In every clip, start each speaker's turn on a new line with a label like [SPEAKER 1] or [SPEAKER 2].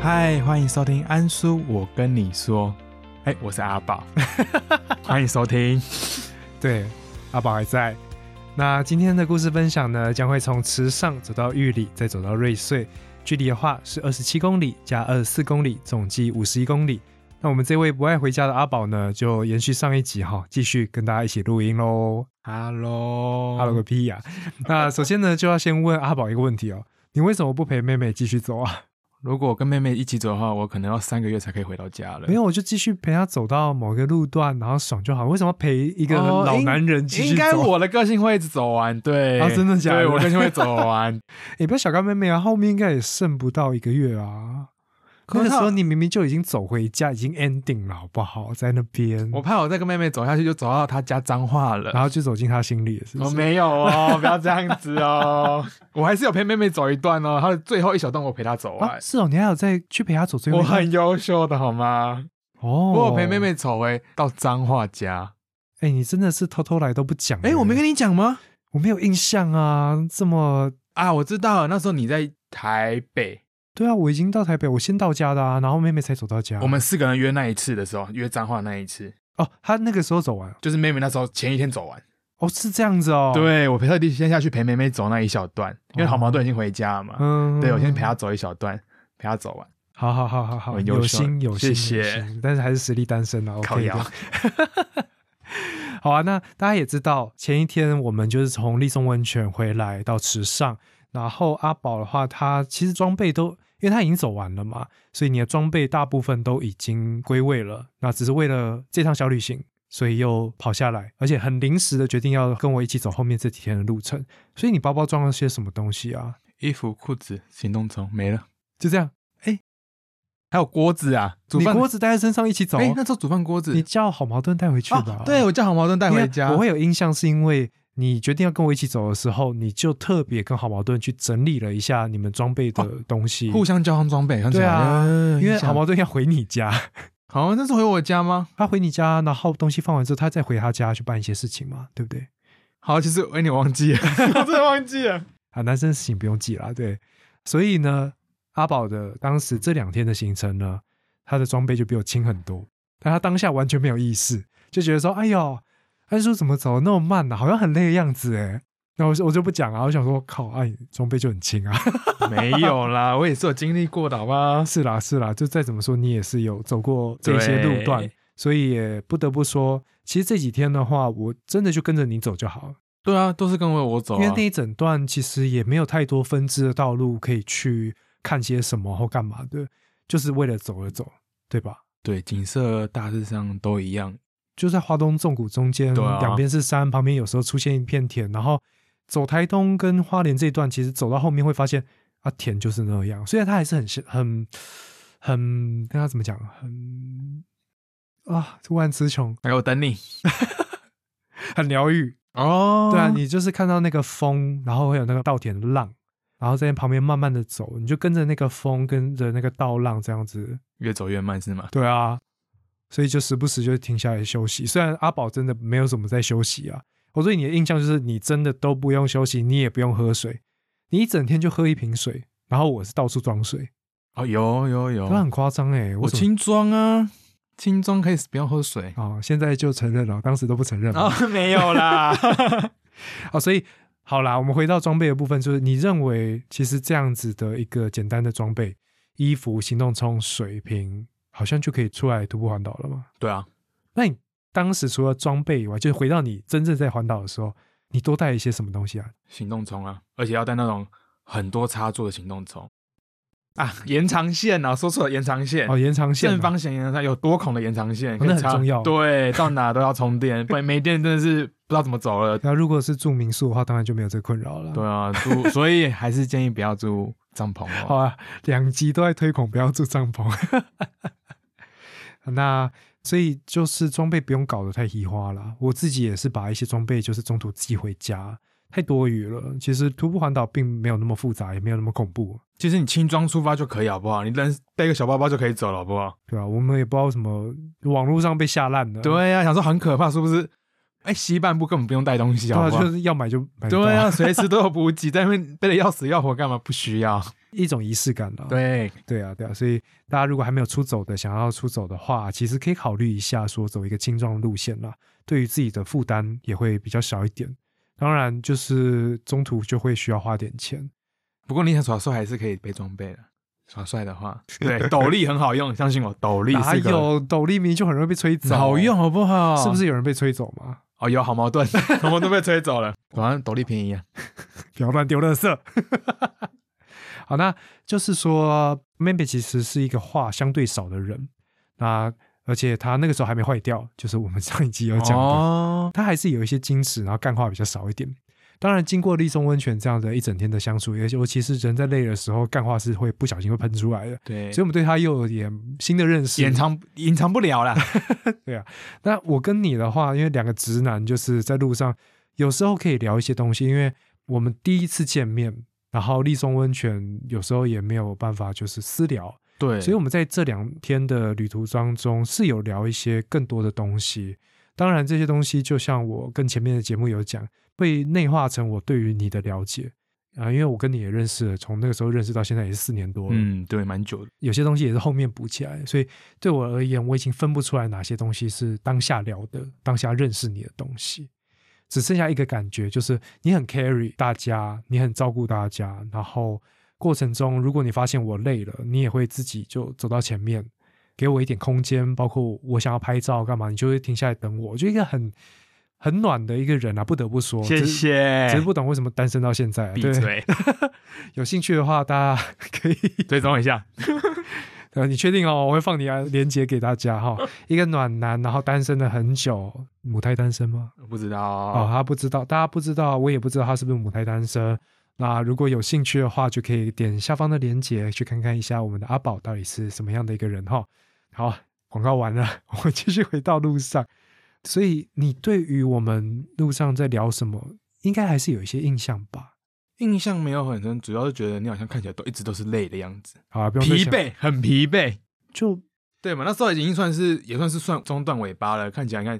[SPEAKER 1] 嗨，欢迎收听安叔，我跟你说，哎，我是阿宝， 欢迎收听。
[SPEAKER 2] 对，阿宝还在。那今天的故事分享呢，将会从池上走到玉里，再走到瑞穗，距离的话是二十七公里加二十四公里，总计五十一公里。那我们这位不爱回家的阿宝呢，就延续上一集哈，继续跟大家一起录音
[SPEAKER 1] 哦
[SPEAKER 2] 喽。
[SPEAKER 1] Hello，
[SPEAKER 2] 哈喽个屁呀、那首先呢，就要先问阿宝一个问题哦，你为什么不陪妹妹继续走啊？
[SPEAKER 1] 如果我跟妹妹一起走的话，我可能要三个月才可以回到家了。
[SPEAKER 2] 没有，我就继续陪她走到某个路段，然后爽就好。为什么要陪一
[SPEAKER 1] 一
[SPEAKER 2] 个老男人继续走？
[SPEAKER 1] 哦应该我的个性会一直走完，对，
[SPEAKER 2] 啊真的假的
[SPEAKER 1] 对我个性会走完，
[SPEAKER 2] 你不要小看妹妹啊，后面应该也剩不到一个月啊。
[SPEAKER 1] 可
[SPEAKER 2] 那
[SPEAKER 1] 是
[SPEAKER 2] 个时
[SPEAKER 1] 她
[SPEAKER 2] 候你明明就已经走回家，已经 ending 了，好不好？在那边，
[SPEAKER 1] 我怕我再跟妹妹走下去，就走到她家脏话了。
[SPEAKER 2] 然后就走进她心里了，是不啊
[SPEAKER 1] 我、
[SPEAKER 2] 是？
[SPEAKER 1] 没有啊哦， 不要这样子哦，我还是有陪妹妹走一段哦，她的最后一小段我陪她走完，
[SPEAKER 2] 啊，是哦，你还有再去陪她走最后
[SPEAKER 1] 我
[SPEAKER 2] 一段
[SPEAKER 1] 很优秀的好吗？
[SPEAKER 2] 哦，
[SPEAKER 1] 我有陪妹。妹走回到彰化家。
[SPEAKER 2] 哎、你真的是偷偷来都不讲、
[SPEAKER 1] 哎、我没
[SPEAKER 2] 有，
[SPEAKER 1] 跟你讲吗？
[SPEAKER 2] 我没有印象啊，这么
[SPEAKER 1] 啊，我知道了，那时候你在台北，
[SPEAKER 2] 对啊，我已经到台北，我先到家的啊，然后妹妹才走到家。
[SPEAKER 1] 我们四个人约那一次的时候，约彰化那一次，
[SPEAKER 2] 哦，她那个时候走完，
[SPEAKER 1] 就是妹妹那时候前一天走完。
[SPEAKER 2] 哦，是这样子哦，，
[SPEAKER 1] 对啊我陪特地先下去陪妹妹走那一小段，因为好矛盾已经回家了嘛。
[SPEAKER 2] 嗯，
[SPEAKER 1] 对，我先陪她走一小段，陪她走完。
[SPEAKER 2] 好好好好好，
[SPEAKER 1] 我优
[SPEAKER 2] 有
[SPEAKER 1] 秀
[SPEAKER 2] 心有
[SPEAKER 1] 谢
[SPEAKER 2] 心，
[SPEAKER 1] 谢
[SPEAKER 2] 有心但是还是实力 单身啊
[SPEAKER 1] 靠
[SPEAKER 2] ，OK
[SPEAKER 1] 腰
[SPEAKER 2] 的。 好啊，那大家也知道，前一天我们就是从立松温泉回来到池上，然后阿宝的话，他其实装备都，因为他已经走完了嘛，所以你的装备大部分都已经归位了。那只是为了这趟小旅行，所以又跑下来，而且很临时的决定要跟我一起走后面这几天的路程。所以你包包装了些什么东西啊？
[SPEAKER 1] 衣服、裤子、行动装没了，
[SPEAKER 2] 就这样，
[SPEAKER 1] 还有锅子啊，煮
[SPEAKER 2] 你
[SPEAKER 1] 饭
[SPEAKER 2] 锅子带在身上一起走。
[SPEAKER 1] 哎、那时候煮饭锅子，
[SPEAKER 2] 你叫好矛盾带回去吧。
[SPEAKER 1] 啊、对我叫好矛盾带
[SPEAKER 2] 因为
[SPEAKER 1] 回家。
[SPEAKER 2] 我会有印象，是因为你决定要跟我一起走的时候，你就特别跟好矛盾去整理了一下你们装备的东西。
[SPEAKER 1] 哦互相交换装备，想起
[SPEAKER 2] 对
[SPEAKER 1] 来
[SPEAKER 2] 啊
[SPEAKER 1] 了，
[SPEAKER 2] 因为
[SPEAKER 1] 嗯印象
[SPEAKER 2] 好矛盾要回你家，
[SPEAKER 1] 好像那是回我家吗？
[SPEAKER 2] 他回你家，然后东西放完之后，他再回他家去办一些事情嘛，对不对？
[SPEAKER 1] 好，其实哎、你忘记了， 我真的忘记了。
[SPEAKER 2] 啊，男生的事情不用记啦，对。所以呢，阿宝的当时这两天的行程呢，他的装备就比我轻很多，但他当下完全没有意识，就觉得说：“哎呦，安叔怎么走得那么慢啊呢、好像很累的样子哎。”然后我就我就不讲啊，我想说，靠，哎、你装备就很轻啊。
[SPEAKER 1] 没有啦，我也是有经历过的，好吗？
[SPEAKER 2] 是啦，是啦，就再怎么说，你也是有走过这些路段
[SPEAKER 1] 对，
[SPEAKER 2] 所以也不得不说，其实这几天的话，我真的就跟着你走就好了。
[SPEAKER 1] 对啊，都是跟我我走、啊，
[SPEAKER 2] 因为那一整段其实也没有太多分支的道路可以去看些什么或干嘛的，就是为了走而走，对吧？
[SPEAKER 1] 对景色大致上都一样。
[SPEAKER 2] 就在花东纵谷中间，
[SPEAKER 1] 对啊
[SPEAKER 2] 两边是山，旁边有时候出现一片田，然后走台东跟花莲这一段，其实走到后面会发现啊，田就是那样，虽然它还是很很很跟他怎么讲，很啊，突然词穷，
[SPEAKER 1] 哎，我等你
[SPEAKER 2] 很疗愈，
[SPEAKER 1] 哦
[SPEAKER 2] 对啊，你就是看到那个风，然后会有那个稻田的浪，然后在旁边慢慢的走，你就跟着那个风，跟着那个稻浪这样子。
[SPEAKER 1] 越走越慢是吗？
[SPEAKER 2] 对啊，所以就时不时就停下来休息。虽然阿宝真的没有什么在休息啊，我对你的印象就是你真的都不用休息，你也不用喝水，你一整天就喝一瓶水，然后我是到处装水，
[SPEAKER 1] 哦，有有
[SPEAKER 2] 那、
[SPEAKER 1] 有，
[SPEAKER 2] 很夸张哎，
[SPEAKER 1] 我
[SPEAKER 2] 我怎么
[SPEAKER 1] 轻装啊，轻装可以不用喝水
[SPEAKER 2] 啊、现在就承认了，当时都不承认嘛
[SPEAKER 1] 啊、没有啦，
[SPEAKER 2] 哦，所以 好啦，我们回到装备的部分，就是你认为其实这样子的一个简单的装备，衣服、行动充、水瓶，好像就可以出来徒步环岛了吗？
[SPEAKER 1] 对啊，
[SPEAKER 2] 那你当时除了装备以外，就是回到你真正在环岛的时候，你多带一些什么东西啊？
[SPEAKER 1] 行动充啊，而且要带那种很多插座的行动充啊，延长线啊，说错了，延长线。哦
[SPEAKER 2] 哦，延长线嘛
[SPEAKER 1] 正方形延长线有多孔的延长线，
[SPEAKER 2] 那很
[SPEAKER 1] 可以插
[SPEAKER 2] 重要
[SPEAKER 1] 对，到哪都要充电，不然没电真的是不知道怎么走 了。
[SPEAKER 2] 那如果是住民宿的话，当然就没有这困扰了。
[SPEAKER 1] 对，啊，住所以还是建议不要住帐篷
[SPEAKER 2] 好
[SPEAKER 1] 哦。
[SPEAKER 2] 啊，两集都在推广不要住帐篷。 那所以就是装备不用搞得太移花啦。我自己也是把一些装备就是中途自己回家，太多余了。其实徒步环岛并没有那么复杂，也没有那么恐怖，
[SPEAKER 1] 其实你轻装出发就可以，好不好？你人背个小包包就可以走了，好不好？
[SPEAKER 2] 对吧、我们也不知道什么网络上被吓烂的，
[SPEAKER 1] 啊对呀、想说很可怕，是不是？哎，西半部根本不用带东西，
[SPEAKER 2] 对
[SPEAKER 1] 好
[SPEAKER 2] 啊，
[SPEAKER 1] 不好
[SPEAKER 2] 就？是要买就买得到，
[SPEAKER 1] 对啊，随时都有补给，在那边背的要死要活，干嘛不需要？
[SPEAKER 2] 一种仪式感了。
[SPEAKER 1] 对，
[SPEAKER 2] 对啊，对啊，所以大家如果还没有出走的，想要出走的话，其实可以考虑一下，说走一个轻装路线啦，对于自己的负担也会比较小一点。当然，就是中途就会需要花点钱，
[SPEAKER 1] 不过你想耍帅还是可以背装备的。耍帅的 话，对斗笠很好用，相信我，斗笠
[SPEAKER 2] 哪
[SPEAKER 1] 是个
[SPEAKER 2] 有斗笠迷就很容易被吹走？
[SPEAKER 1] 好用，好啊不好？
[SPEAKER 2] 是不？是有人被吹走嘛？
[SPEAKER 1] 哦，有好矛 盾，好矛盾被吹走了，果然斗笠便宜啊。
[SPEAKER 2] 不要乱丢垃圾。 好，那就是说 m a m b y 其实是一个话相对少的人，那而且他那个时候还没坏掉，就是我们上一集有讲的，
[SPEAKER 1] 哦，
[SPEAKER 2] 他还是有一些矜持，然后干话比较少一点。当然，经过立松温泉这样的一整天的相处，尤其尤其是人在累的时候，干话是会不小心会喷出来的，
[SPEAKER 1] 对
[SPEAKER 2] 所以，我们对他又有点新的认识。
[SPEAKER 1] 掩藏隐藏不了啦。
[SPEAKER 2] 那我跟你的话，因为两个直男就是在路上，有时候可以聊一些东西，因为我们第一次见面，然后立松温泉有时候也没有办法就是私聊，
[SPEAKER 1] 对，
[SPEAKER 2] 所以我们在这两天的旅途当中是有聊一些更多的东西。当然，这些东西就像我跟前面的节目有讲，被内化成我对于你的了解啊、因为我跟你也认识了，从那个时候认识到现在也是四年多了，
[SPEAKER 1] 嗯，对，蛮久的。
[SPEAKER 2] 有些东西也是后面补起来的，所以对我而言，我已经分不出来哪些东西是当下聊的、当下认识你的东西，只剩下一个感觉，就是你很 carry 大家，你很照顾大家，然后过程中，如果你发现我累了，你也会自己就走到前面，给我一点空间，包括我想要拍照干嘛，你就会停下来等我，我就一个很很暖的一个人啊，不得不说，
[SPEAKER 1] 谢
[SPEAKER 2] 只是。
[SPEAKER 1] 谢，
[SPEAKER 2] 只是不懂为什么单身到现在、啊。
[SPEAKER 1] 闭
[SPEAKER 2] 对，
[SPEAKER 1] 嘴，
[SPEAKER 2] 有兴趣的话，大家 可以
[SPEAKER 1] 追踪一下。
[SPEAKER 2] 呃，你确定哦？我会放你啊连接给大家哈、 一个暖男，然后单身了很久，母胎单身吗？
[SPEAKER 1] 不知道
[SPEAKER 2] 哦，
[SPEAKER 1] 哦，
[SPEAKER 2] 他不知道，大家不知道，我也不知道他是不是母胎单身。那如果有兴趣的话，就可以点下方的连接去看看一下我们的阿宝到底是什么样的一个人哈、好，广告完了， 我们继续回到路上。所以你对于我们路上在聊什么，应该还是有一些印象吧？
[SPEAKER 1] 印象没有很深，主要是觉得你好像看起来都一直都是累的样子，
[SPEAKER 2] 好啊，不用再
[SPEAKER 1] 疲
[SPEAKER 2] 想，
[SPEAKER 1] 惫，很疲惫。
[SPEAKER 2] 就
[SPEAKER 1] 对嘛，那时候已经算是也算是算中段尾巴了，看起来你看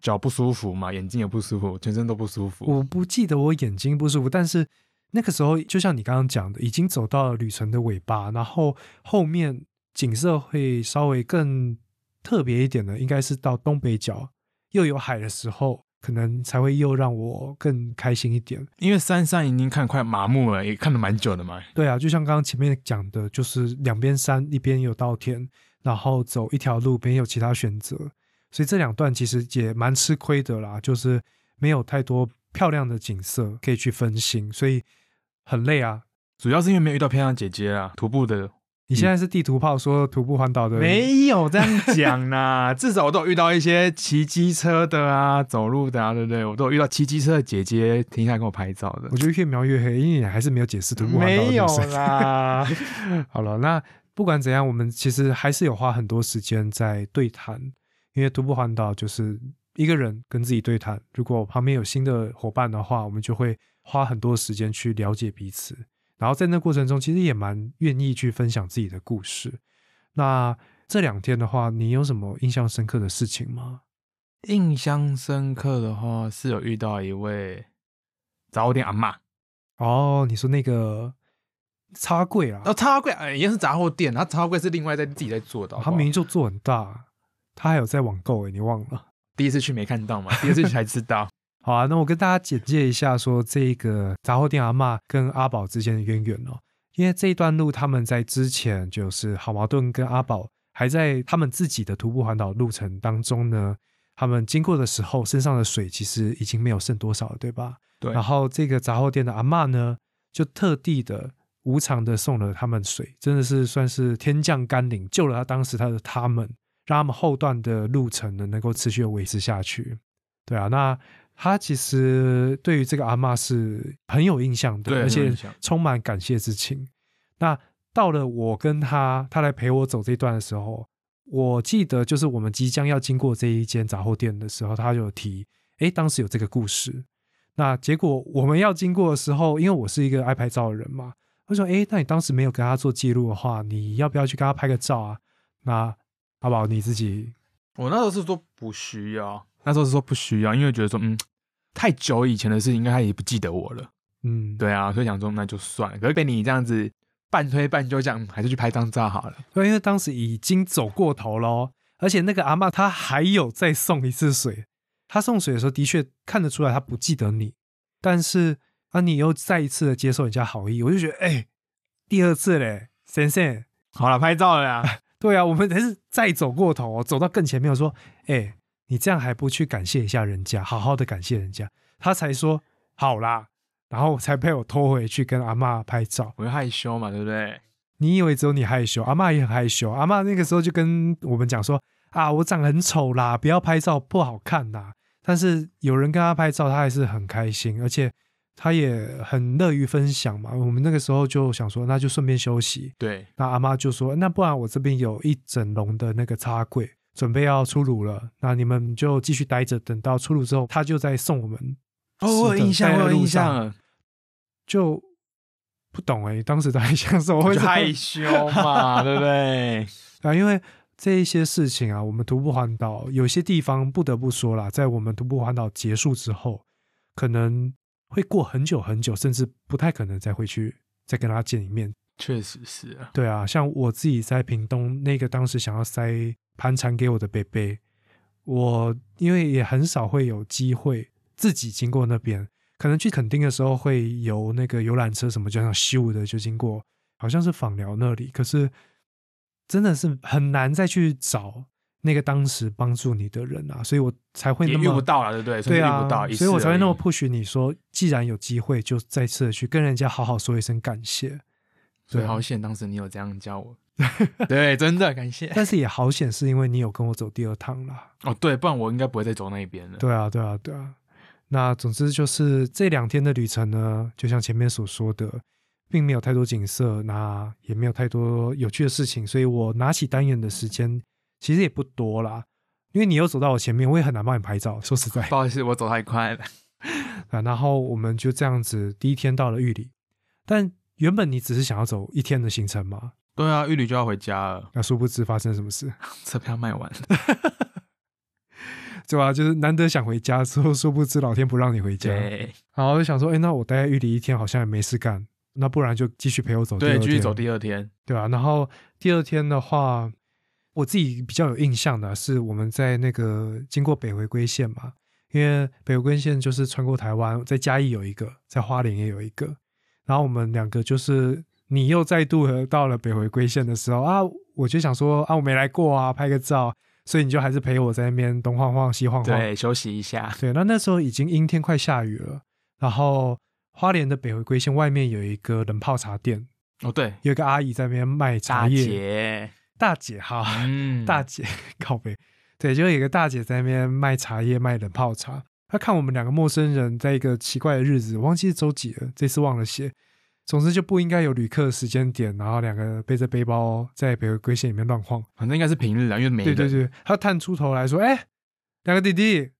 [SPEAKER 1] 脚不舒服嘛，眼睛也不舒服，全身都不舒服。
[SPEAKER 2] 我不记得我眼睛不舒服，但是那个时候就像你刚刚讲的，已经走到了旅程的尾巴，然后后面景色会稍微更特别一点的，应该是到东北角又有海的时候，可能才会又让我更开心一点。
[SPEAKER 1] 因为珊珊已经看快麻木了，也看了蛮久的嘛。
[SPEAKER 2] 对啊，就像刚刚前面讲的，就是两边山，一边有稻田，然后走一条路，没有其他选择，所以这两段其实也蛮吃亏的啦，就是没有太多漂亮的景色可以去分心，所以很累啊。
[SPEAKER 1] 主要是因为没有遇到漂亮姐姐啊，徒步的
[SPEAKER 2] 你现在是地图炮，说徒步环岛的，
[SPEAKER 1] 嗯没有这样讲 啦，至少我都有遇到一些骑机车的啊，走路的啊，对不对？我都有遇到骑机车的姐姐停下来跟我拍照的
[SPEAKER 2] 我，觉得越描越黑，因为你还是没有解释徒步环岛的
[SPEAKER 1] 没有
[SPEAKER 2] 路线。
[SPEAKER 1] 啦。
[SPEAKER 2] 好了，那不管怎样，我们其实还是有花很多时间在对谈，因为徒步环岛就是一个人跟自己对谈。如果旁边有新的伙伴的话，我们就会花很多时间去了解彼此。然后在那过程中，其实也蛮愿意去分享自己的故事。那这两天的话，你有什么印象深刻的事情吗？
[SPEAKER 1] 印象深刻的话，是有遇到一位早点阿嬷，
[SPEAKER 2] 哦，你说那个插柜啊
[SPEAKER 1] 然，后插花柜，哎，也是杂货店，他插花柜是另外在自己在做的。好不
[SPEAKER 2] 他
[SPEAKER 1] 好
[SPEAKER 2] 明明就做很大，他还有在网购诶、欸你忘了？
[SPEAKER 1] 第一次去没看到嘛，第二次去才知 道。
[SPEAKER 2] 好啊，那我跟大家简介一下，说这个杂货店阿嬷跟阿宝之间的渊源哦。因为这一段路，他们在之前就是好矛盾跟阿宝还在他们自己的徒步环岛路程当中呢，他们经过的时候，身上的水其实已经没有剩多少了，对吧？
[SPEAKER 1] 对，
[SPEAKER 2] 然后这个杂货店的阿嬷呢，就特地的无偿的送了他们水，真的是算是天降甘霖，救了他当时他的他们，让他们后段的路程呢能够持续的维持下去。对啊，那他其实对于这个阿嬷是很有印象的，
[SPEAKER 1] 对
[SPEAKER 2] 而
[SPEAKER 1] 很有
[SPEAKER 2] 且
[SPEAKER 1] 印象
[SPEAKER 2] 充满感谢之情。那到了我跟他，他来陪我走这一段的时候，我记得就是我们即将要经过这一间杂货店的时候，他就有提，诶，当时有这个故事。那结果我们要经过的时候，因为我是一个爱拍照的人嘛，我说，诶，那你当时没有跟他做记录的话，你要不要去跟他拍个照啊？那阿宝你自己
[SPEAKER 1] 我那时候是说不需要，那时候是说不需要，因为觉得说嗯，太久以前的事情，应该他也不记得我了。
[SPEAKER 2] 嗯，
[SPEAKER 1] 对啊，所以想说那就算了。可是被你这样子半推半就，这样还是去拍张照好了。
[SPEAKER 2] 对，因为当时已经走过头喽，而且那个阿嬷她还有再送一次水，她送水的时候的确看得出来她不记得你，但是啊，你又再一次的接受人家好意，我就觉得哎、第二次嘞，先生，
[SPEAKER 1] 好了，拍照了啦。
[SPEAKER 2] 对啊，我们还是再走过头、哦，走到更前面，我说哎、你这样还不去感谢一下人家，好好的感谢人家，她才说好啦，然后才被我拖回去跟阿嬷拍照。
[SPEAKER 1] 我就害羞嘛，对不对？
[SPEAKER 2] 你以为只有你害羞，阿嬷也很害羞。阿嬷那个时候就跟我们讲说啊，我长得很丑啦，不要拍照，不好看啦。但是有人跟她拍照，她还是很开心，而且她也很乐于分享嘛。我们那个时候就想说，那就顺便休息。
[SPEAKER 1] 对，
[SPEAKER 2] 那阿妈就说，那不然我这边有一整笼的那个插柜，准备要出炉了，那你们就继续待着，等到出炉之后，她就再送我们。
[SPEAKER 1] 哦，我有印象，我有印象，了，
[SPEAKER 2] 就不懂哎、当时的印象是我
[SPEAKER 1] 我
[SPEAKER 2] 会
[SPEAKER 1] 就
[SPEAKER 2] 这样
[SPEAKER 1] 害羞 嘛，对不对？
[SPEAKER 2] 啊，因为这一些事情啊，我们徒步环岛有些地方不得不说啦，在我们徒步环岛结束之后，可能会过很久很久，甚至不太可能再回去再跟他见一面。
[SPEAKER 1] 确实是啊，
[SPEAKER 2] 对啊，像我自己在屏东那个当时想要塞盘缠给我的贝贝，我因为也很少会有机会自己经过那边，可能去垦丁的时候会游那个游览车什么，就像咻的就经过，好像是访寮那里，可是真的是很难再去找那个当时帮助你的人啊，所以我才会
[SPEAKER 1] 也
[SPEAKER 2] 那
[SPEAKER 1] 遇
[SPEAKER 2] 么
[SPEAKER 1] 不到了，对不对？
[SPEAKER 2] 对
[SPEAKER 1] 算是
[SPEAKER 2] 啊
[SPEAKER 1] 遇不到，一
[SPEAKER 2] 所以我
[SPEAKER 1] 次
[SPEAKER 2] 才会那么
[SPEAKER 1] 而已
[SPEAKER 2] push 你说，既然有机会，就再次的去跟人家好好说一声感谢。
[SPEAKER 1] 所以
[SPEAKER 2] 对啊
[SPEAKER 1] 好险，当时你有这样教 我。对，真的感谢。
[SPEAKER 2] 但是也好险，是因为你有跟我走第二趟啦。
[SPEAKER 1] 哦，对，不然我应该不会再走那一边了。
[SPEAKER 2] 对啊，对啊，对啊。那总之就是这两天的旅程呢，就像前面所说的，并没有太多景色，那也没有太多有趣的事情，所以我拿起单眼的时间其实也不多啦。因为你又走到我前面，我也很难帮你拍照。说实 在
[SPEAKER 1] 不好意思，我走太快了。
[SPEAKER 2] 啊，然后我们就这样子，第一天到了玉里，但原本你只是想要走一天的行程嘛，
[SPEAKER 1] 对啊，玉旅就要回家了，
[SPEAKER 2] 那殊不知发生了什么事。
[SPEAKER 1] 车票卖完了。
[SPEAKER 2] 对吧、就是难得想回家，殊殊不知老天不让你回家。
[SPEAKER 1] 对
[SPEAKER 2] 然后就想说，哎，那我待在玉里一天好像也没事干，那不然就继续陪我走第二
[SPEAKER 1] 对，
[SPEAKER 2] 天。
[SPEAKER 1] 继续走第二天。
[SPEAKER 2] 对啊，然后第二天的话，我自己比较有印象的啊是我们在那个经过北回归线嘛，因为北回归线就是穿过台湾，在嘉义有一个，在花莲也有一个，然后我们两个就是你又再度的到了北回归线的时候啊，我就想说啊，我没来过啊，拍个照，所以你就还是陪我在那边东晃晃西晃晃，
[SPEAKER 1] 对，休息一下。
[SPEAKER 2] 对，那那时候已经阴天，快下雨了。然后花莲的北回归线外面有一个冷泡茶店，
[SPEAKER 1] 哦，对，
[SPEAKER 2] 有一个阿姨在那边卖茶
[SPEAKER 1] 大
[SPEAKER 2] 叶。
[SPEAKER 1] 姐，
[SPEAKER 2] 大姐哈，
[SPEAKER 1] 嗯，
[SPEAKER 2] 大姐靠背，对，就有一个大姐在那边卖茶叶，卖冷泡茶。她看我们两个陌生人在一个奇怪的日子，忘记是周几了，这次忘了写。总之就不应该有旅客的时间点，然后两个背着背包在北回归线里面乱晃。
[SPEAKER 1] 反正应该是平日啊，因为没
[SPEAKER 2] 对对
[SPEAKER 1] 人
[SPEAKER 2] 对，他探出头来说：“哎、两个弟弟，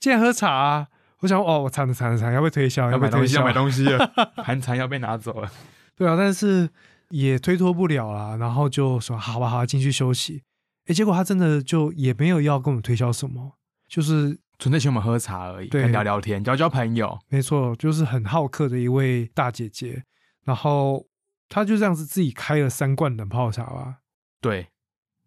[SPEAKER 2] 今天喝茶、啊。”我想，哦，我惨了惨了惨了，要被推销，
[SPEAKER 1] 要
[SPEAKER 2] 被
[SPEAKER 1] 买
[SPEAKER 2] 推
[SPEAKER 1] 东西，
[SPEAKER 2] 销，
[SPEAKER 1] 要买东西了， 盘缠要被拿走了。
[SPEAKER 2] 对啊，但是也推脱不了啦，然后就说：“好吧，好吧，进去休息。”哎，结果他真的就也没有要跟我们推销什么，就是
[SPEAKER 1] 纯粹请我们喝茶而已，
[SPEAKER 2] 对
[SPEAKER 1] 跟聊聊天，交交朋友。
[SPEAKER 2] 没错，就是很好客的一位大姐姐。然后她就这样子自己开了三罐冷泡茶吧，
[SPEAKER 1] 对，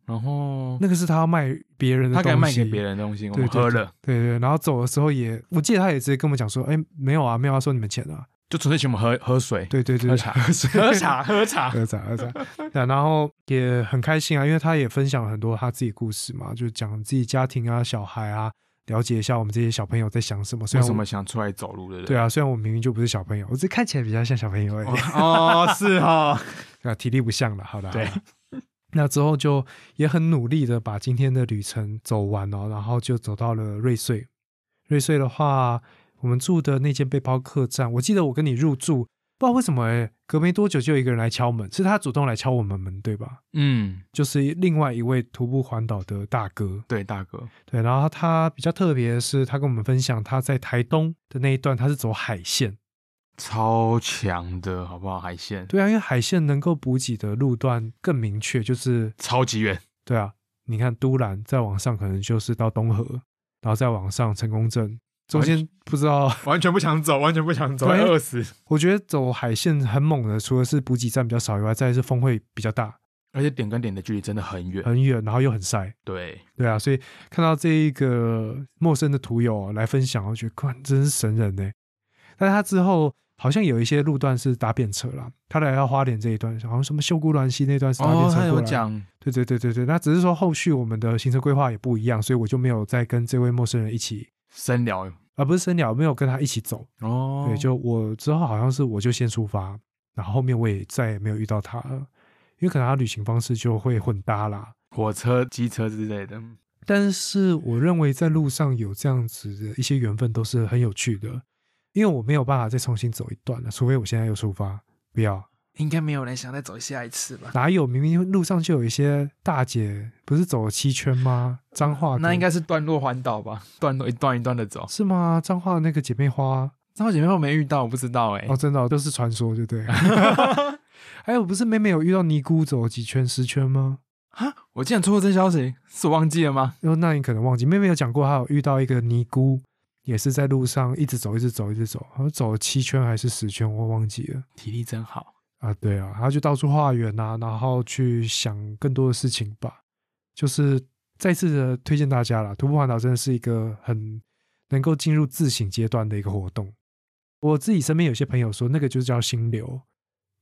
[SPEAKER 1] 然后
[SPEAKER 2] 那个是她要卖别人的
[SPEAKER 1] 他
[SPEAKER 2] 东西，
[SPEAKER 1] 该卖给别人的东西，我
[SPEAKER 2] 对
[SPEAKER 1] 们
[SPEAKER 2] 对
[SPEAKER 1] 喝
[SPEAKER 2] 对
[SPEAKER 1] 了，
[SPEAKER 2] 对对，然后走的时候也，我记得他也直接跟我们讲说，哎，没有啊，没有要收你们钱啊。
[SPEAKER 1] 就纯粹请我们喝喝水，
[SPEAKER 2] 对对对，
[SPEAKER 1] 喝茶
[SPEAKER 2] 喝水
[SPEAKER 1] 喝茶，喝茶。
[SPEAKER 2] 喝茶，喝茶。对啊然后也很开心啊，因为他也分享了很多他自己故事嘛，就讲自己家庭啊、小孩啊，了解一下我们这些小朋友在想什么。虽
[SPEAKER 1] 为
[SPEAKER 2] 然
[SPEAKER 1] 什
[SPEAKER 2] 我
[SPEAKER 1] 么想出来走路的？
[SPEAKER 2] 对啊，虽然我明明就不是小朋友，我只看起来比较像小朋友而已。
[SPEAKER 1] 哦， 哦，是哦，
[SPEAKER 2] 啊，体力不像了，好的，
[SPEAKER 1] 对
[SPEAKER 2] 好啦。 那之后就也很努力的把今天的旅程走完哦，然后就走到了瑞穗。瑞穗的话，我们住的那间背包客栈，我记得我跟你入住，不知道为什么哎、隔没多久就有一个人来敲门，是他主动来敲我们门，对吧？
[SPEAKER 1] 嗯，
[SPEAKER 2] 就是另外一位徒步环岛的大哥，
[SPEAKER 1] 对，大哥，
[SPEAKER 2] 对，然后他比较特别的是，他跟我们分享他在台东的那一段，他是走海线，
[SPEAKER 1] 超强的好不好？海鲜，，
[SPEAKER 2] 对啊，因为海线能够补给的路段更明确，就是
[SPEAKER 1] 超级远，
[SPEAKER 2] 对啊，你看都兰再往上可能就是到东河，然然后再往上成功镇，
[SPEAKER 1] 哎
[SPEAKER 2] 中间不知道，
[SPEAKER 1] 完全不想走，完全不想走，
[SPEAKER 2] 对
[SPEAKER 1] 要饿死。
[SPEAKER 2] 我觉得走海线很猛的，除了是补给站比较少以外，再来是风会比较大，
[SPEAKER 1] 而且点跟点的距离真的很远，
[SPEAKER 2] 很远，然后又很晒。
[SPEAKER 1] 对，
[SPEAKER 2] 对啊，所以看到这一个陌生的图友、啊来分享，我觉得，看真是神人呢。但是他之后好像有一些路段是搭便车啦，他来到花莲这一段，好像什么秀姑峦溪那段是搭便
[SPEAKER 1] 哦，
[SPEAKER 2] 车过
[SPEAKER 1] 他
[SPEAKER 2] 来。
[SPEAKER 1] 有讲，
[SPEAKER 2] 对对对对对，那只是说后续我们的行程规划也不一样，所以我就没有再跟这位陌生人一起，
[SPEAKER 1] 深聊
[SPEAKER 2] 而、不是深聊，没有跟他一起走。
[SPEAKER 1] 哦
[SPEAKER 2] 对，就我之后好像是我就先出发，然后后面我也再也没有遇到他了，因为可能他旅行方式就会混搭啦。
[SPEAKER 1] 火车、机车之类的。
[SPEAKER 2] 但是我认为在路上有这样子的一些缘分都是很有趣的，因为我没有办法再重新走一段了，除非我现在又出发。不要，
[SPEAKER 1] 应该没有人想再走下一次吧？
[SPEAKER 2] 哪有明明路上就有一些大姐，不是走了七圈吗？彰化的
[SPEAKER 1] 那应该是段落环岛吧，段落一段一段的走。
[SPEAKER 2] 是吗？彰化那个姐妹花
[SPEAKER 1] 张浩姐妹我没遇到，我不知道哎、
[SPEAKER 2] 哦，真的哦都、是传说，对不对？ 还有不是妹妹有遇到尼姑走几圈十圈吗？
[SPEAKER 1] 啊，我竟然错过这消息，是我忘记了吗？
[SPEAKER 2] 哦，那你可能忘记，妹妹有讲过，她有遇到一个尼姑，也是在路上一直走，一直走，一直走，好像走了七圈还是十圈，我忘记了。
[SPEAKER 1] 体力真好，
[SPEAKER 2] 啊，对啊，他就到处化缘啊，然后去想更多的事情吧。就是再次的推荐大家啦，徒步环岛真的是一个很能够进入自省阶段的一个活动。我自己身边有些朋友说，那个就叫心流，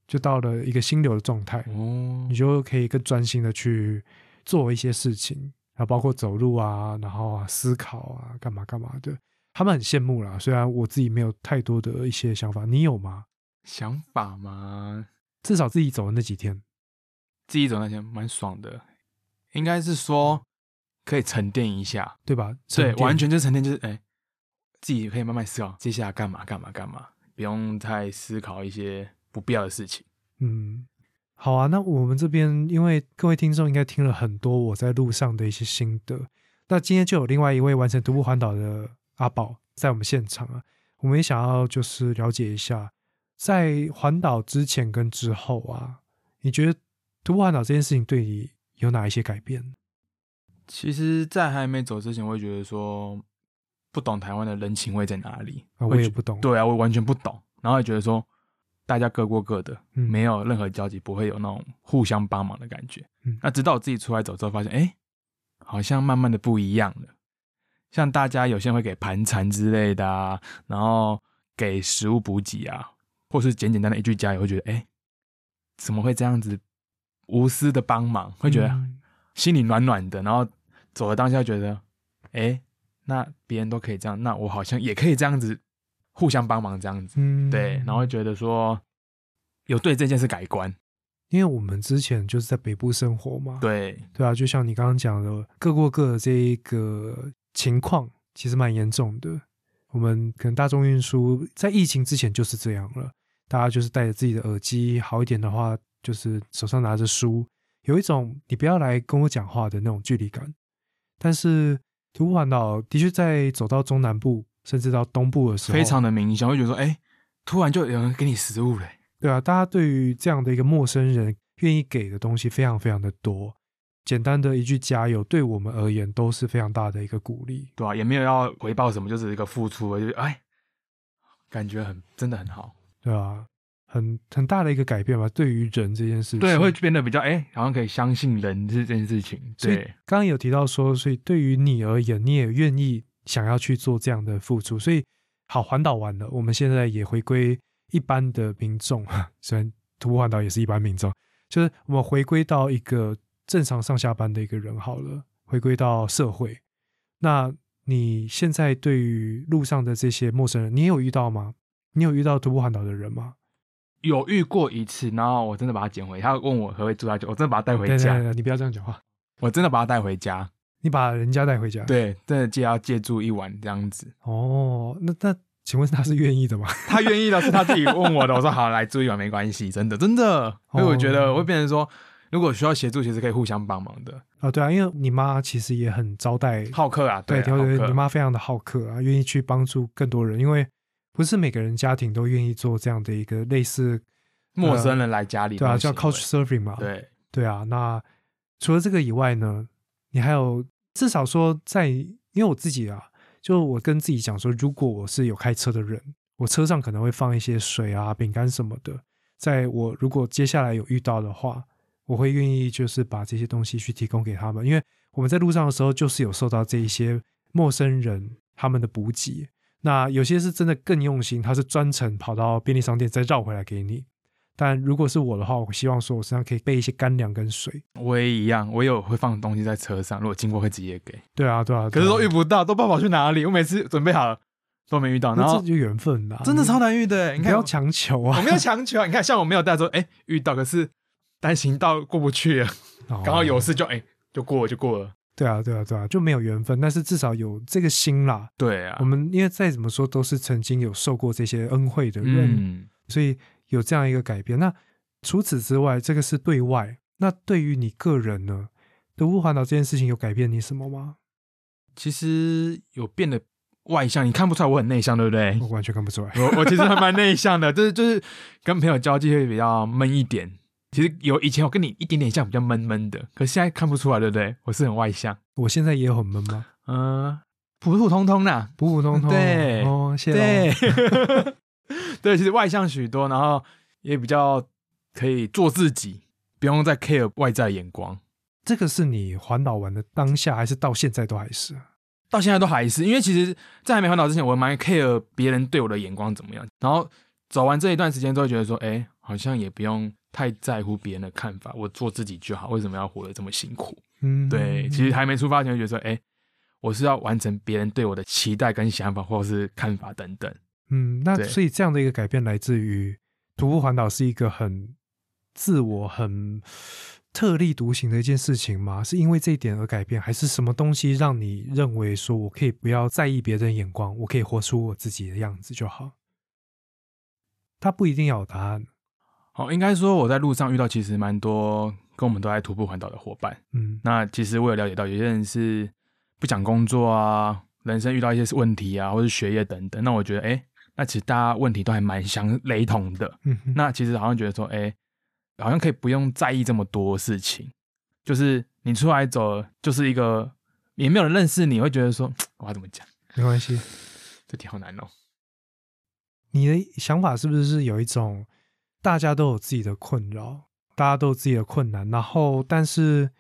[SPEAKER 2] 就到了一个心流的状态，
[SPEAKER 1] 哦
[SPEAKER 2] 你就可以更专心的去做一些事情，然后包括走路啊，然后啊思考啊，干嘛干嘛的。他们很羡慕啦，虽然我自己没有太多的一些想法，你有吗？
[SPEAKER 1] 想法嘛，
[SPEAKER 2] 至少自己走的那几天。
[SPEAKER 1] 自己走那些蛮爽的，应该是说可以沉淀一下，
[SPEAKER 2] 对吧？
[SPEAKER 1] 对，
[SPEAKER 2] 沉淀
[SPEAKER 1] 完全嗯就是沉淀，就是哎、自己可以慢慢思考接下来干嘛干嘛干嘛，不用太思考一些不必要的事情。
[SPEAKER 2] 嗯，好啊。那我们这边，因为各位听众应该听了很多我在路上的一些心得，那今天就有另外一位完成徒步环岛的阿宝在我们现场啊，我们也想要就是了解一下，在环岛之前跟之后啊，你觉得徒步环岛这件事情对你有哪一些改变？
[SPEAKER 1] 其实，在还没走之前，我会觉得说不懂台湾的人情味在哪里。
[SPEAKER 2] 啊，我
[SPEAKER 1] 会
[SPEAKER 2] 也
[SPEAKER 1] 觉
[SPEAKER 2] 不懂。，
[SPEAKER 1] 对啊，我完全不懂，然后也觉得说大家各过各的，
[SPEAKER 2] 嗯
[SPEAKER 1] 没有任何交集，不会有那种互相帮忙的感觉。
[SPEAKER 2] 嗯
[SPEAKER 1] 那直到我自己出来走之后，发现哎、诶好像慢慢的不一样了。像大家有些人会给盘缠之类的啊，然后给食物补给啊，或是简简单单一句加油，会觉得哎、诶怎么会这样子无私的帮忙？会觉得
[SPEAKER 2] 嗯
[SPEAKER 1] 心里暖暖的，然后走的当下觉得，哎，那别人都可以这样，那我好像也可以这样子，互相帮忙这样子，
[SPEAKER 2] 嗯
[SPEAKER 1] 对，然后会觉得说有对这件事改观，
[SPEAKER 2] 因为我们之前就是在北部生活嘛，
[SPEAKER 1] 对，
[SPEAKER 2] 对啊，就像你刚刚讲的，各过各的这一个情况，其实蛮严重的。我们可能大众运输在疫情之前就是这样了，大家就是戴着自己的耳机，好一点的话就是手上拿着书，有一种你不要来跟我讲话的那种距离感。但是徒步环岛的确在走到中南部，甚至到东部的时候，
[SPEAKER 1] 非常的明显，会觉得说，哎，突然就有人给你食物了，
[SPEAKER 2] 对啊，大家对于这样的一个陌生人愿意给的东西非常非常的多，简单的一句加油，对我们而言都是非常大的一个鼓励。
[SPEAKER 1] 对吧、啊也没有要回报什么，就只是一个付出，就是哎，感觉很真的很好，
[SPEAKER 2] 对啊，很很大的一个改变吧，对于人这件事情。
[SPEAKER 1] 对，会变得比较哎，好像可以相信人这件事情，
[SPEAKER 2] 所以
[SPEAKER 1] 对，
[SPEAKER 2] 刚刚有提到说，所以对于你而言，你也愿意想要去做这样的付出。所以好，环岛完了，我们现在也回归一般的民众， 虽然徒步环岛也是一般民众，就是我们回归到一个正常上下班的一个人好了，回归到社会。那你现在对于路上的这些陌生人，你也有遇到吗？你有遇到徒步环岛的人吗？
[SPEAKER 1] 有遇过一次，然后我真的把他捡回，他问我可不可以住他家，我真的把他带回
[SPEAKER 2] 等等
[SPEAKER 1] 家
[SPEAKER 2] 等，等，你不要这样讲话，
[SPEAKER 1] 我真的把他带回 家，
[SPEAKER 2] 你把人家带回家。，
[SPEAKER 1] 对，真的借要借住一晚这样子。
[SPEAKER 2] 哦，那那请问他是愿意的吗？
[SPEAKER 1] 他愿意的是他自己问我的，我说好来住一晚没关系， 真的真
[SPEAKER 2] 哦
[SPEAKER 1] 的。所以我觉得我会变成说，如果需要协助，其实可以互相帮忙的。
[SPEAKER 2] 啊，对啊，因为你妈其实也很招待，
[SPEAKER 1] 好客啊，
[SPEAKER 2] 对，
[SPEAKER 1] 啊好
[SPEAKER 2] 对对，你
[SPEAKER 1] 客，
[SPEAKER 2] 妈非常的好客啊，愿意去帮助更多人，因为不是每个人家庭都愿意做这样的一个类似，
[SPEAKER 1] 陌生人来家里，
[SPEAKER 2] 对啊，
[SPEAKER 1] 这
[SPEAKER 2] 叫
[SPEAKER 1] 种
[SPEAKER 2] couch
[SPEAKER 1] 行
[SPEAKER 2] surfing 嘛，
[SPEAKER 1] 为，对，
[SPEAKER 2] 对啊。那除了这个以外呢，你还有至少说在，因为我自己啊，就我跟自己讲说，如果我是有开车的人，我车上可能会放一些水啊、饼干什么的，在我如果接下来有遇到的话，我会愿意就是把这些东西去提供给他们，因为我们在路上的时候就是有受到这一些陌生人他们的补给。那有些是真的更用心，他是专程跑到便利商店再绕回来给你。但如果是我的话，我希望说我身上可以备一些干粮跟水。
[SPEAKER 1] 我也一样，我也有会放东西在车上，如果经过会直接给。
[SPEAKER 2] 对啊，对啊。
[SPEAKER 1] 可是都
[SPEAKER 2] 对
[SPEAKER 1] 遇
[SPEAKER 2] 啊
[SPEAKER 1] 不到，都不知道跑去哪里。我每次准备好了都没遇到，然
[SPEAKER 2] 那
[SPEAKER 1] 后
[SPEAKER 2] 这就缘分啦，
[SPEAKER 1] 真的
[SPEAKER 2] 你
[SPEAKER 1] 超难遇的欸。你
[SPEAKER 2] 你不
[SPEAKER 1] 看我，
[SPEAKER 2] 要强求
[SPEAKER 1] 我
[SPEAKER 2] 啊，
[SPEAKER 1] 没有强求啊。你看，像我没有带说，哎，遇到可是单行道过不去啊了，刚好有
[SPEAKER 2] 哦
[SPEAKER 1] 事就哎就过了就过了。
[SPEAKER 2] 对啊，对啊，对啊，就没有缘分，但是至少有这个心啦。
[SPEAKER 1] 对啊
[SPEAKER 2] 我，们因为再怎么说都是曾经有受过这些恩惠的人，
[SPEAKER 1] 嗯，
[SPEAKER 2] 所以有这样一个改变。那除此之外，这个是对外。那对于你个人呢，独步环岛这件事情有改变你什么吗？
[SPEAKER 1] 其实有变得外向，你看不出来我很内向，对不对？
[SPEAKER 2] 我完全看不出来。
[SPEAKER 1] 我我其实还蛮内向的，就是就是跟朋友交际会比较闷一点。其实有以前我跟你一点点像，比较闷闷的，可是现在看不出来，对不对？我是很外向，
[SPEAKER 2] 我现在也很闷吗？
[SPEAKER 1] 嗯、普普通通啦。
[SPEAKER 2] 普普通通。
[SPEAKER 1] 对
[SPEAKER 2] 哦，谢
[SPEAKER 1] 对
[SPEAKER 2] 喽。，
[SPEAKER 1] 对，其实外向许多，然后也比较可以做自己，不用再 care 外在眼光。
[SPEAKER 2] 这个是你环岛完的当下，还是到现在都还是？
[SPEAKER 1] 到现在都还是，因为其实，在还没环岛之前，我蛮 care 别人对我的眼光怎么样。然后走完这一段时间之后，觉得说，哎、好像也不用太在乎别人的看法，我做自己就好。为什么要活得这么辛苦？
[SPEAKER 2] 嗯，
[SPEAKER 1] 对，其实还没出发前就觉得说，哎、我是要完成别人对我的期待跟想法，或者是看法等等。
[SPEAKER 2] 嗯，那
[SPEAKER 1] 对
[SPEAKER 2] 所以这样的一个改变来自于徒步环岛是一个很自我、很特立独行的一件事情吗？是因为这一点而改变，还是什么东西让你认为说我可以不要在意别人眼光，我可以活出我自己的样子就好？它不一定要有答案。
[SPEAKER 1] 好，应该说我在路上遇到其实蛮多跟我们都在徒步环岛的伙伴。
[SPEAKER 2] 嗯
[SPEAKER 1] 那其实我有了解到，有些人是不想工作啊，人生遇到一些问题啊，或是学业等等。那我觉得，哎、那其实大家问题都还蛮相雷同的。
[SPEAKER 2] 嗯哼，
[SPEAKER 1] 那其实好像觉得说，哎、好像可以不用在意这么多事情，就是你出来走，就是一个也没有人认识你，会觉得说，我要怎么讲？
[SPEAKER 2] 没关系。
[SPEAKER 1] 这题好难哦、
[SPEAKER 2] 你的想法是不是有一种大家都有自己的困扰，大家都有自己的困难，然后但是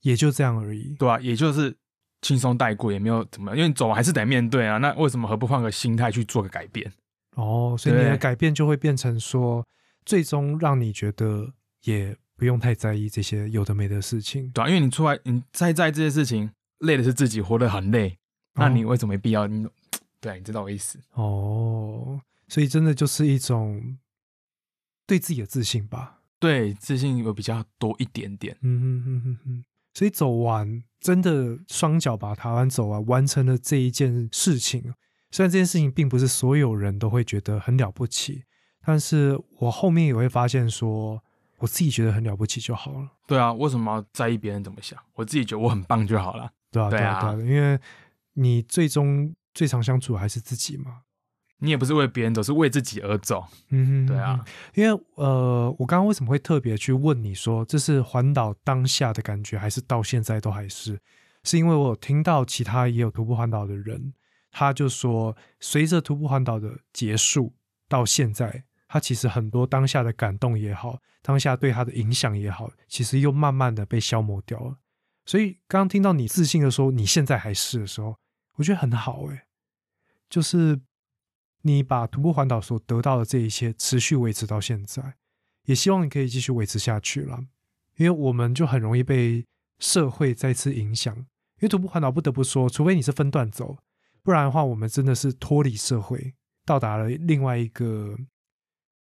[SPEAKER 2] 也就这样而已？
[SPEAKER 1] 对啊，也就是轻松带过，也没有怎么样，因为你走完还是得面对啊。那为什么何不换个心态去做个改变？
[SPEAKER 2] 哦，所以你
[SPEAKER 1] 对
[SPEAKER 2] 的改变就会变成说，最终让你觉得也不用太在意这些有的没的事情。
[SPEAKER 1] 对啊，因为你出来，你再在意这些事情，累的是自己，活得很累。那你为什么没必要？你对啊、你知道我意思？
[SPEAKER 2] 哦，所以真的就是一种对自己的自信吧。
[SPEAKER 1] 对，自信有比较多一点点。
[SPEAKER 2] 嗯哼哼哼哼。所以走完真的双脚把台湾走完，完成了这一件事情。虽然这件事情并不是所有人都会觉得很了不起，但是我后面也会发现说，我自己觉得很了不起就好了。
[SPEAKER 1] 对啊，为什么要在意别人怎么想？我自己觉得我很棒就好了。
[SPEAKER 2] 对啊，
[SPEAKER 1] 对
[SPEAKER 2] 对啊，对
[SPEAKER 1] 啊
[SPEAKER 2] 啊，因为你最终最常相处还是自己嘛。
[SPEAKER 1] 你也不是为别人走，是为自己而走。
[SPEAKER 2] 嗯哼，
[SPEAKER 1] 对啊，
[SPEAKER 2] 因为呃，我刚刚为什么会特别去问你说，这是环岛当下的感觉，还是到现在都还是？是因为我有听到其他也有徒步环岛的人，他就说，随着徒步环岛的结束到现在，他其实很多当下的感动也好，当下对他的影响也好，其实又慢慢的被消磨掉了。所以刚刚听到你自信的说你现在还是的时候，我觉得很好诶、就是你把徒步环岛所得到的这一切持续维持到现在，也希望你可以继续维持下去啦。因为我们就很容易被社会再次影响，因为徒步环岛不得不说，除非你是分段走，不然的话，我们真的是脱离社会，到达了另外一个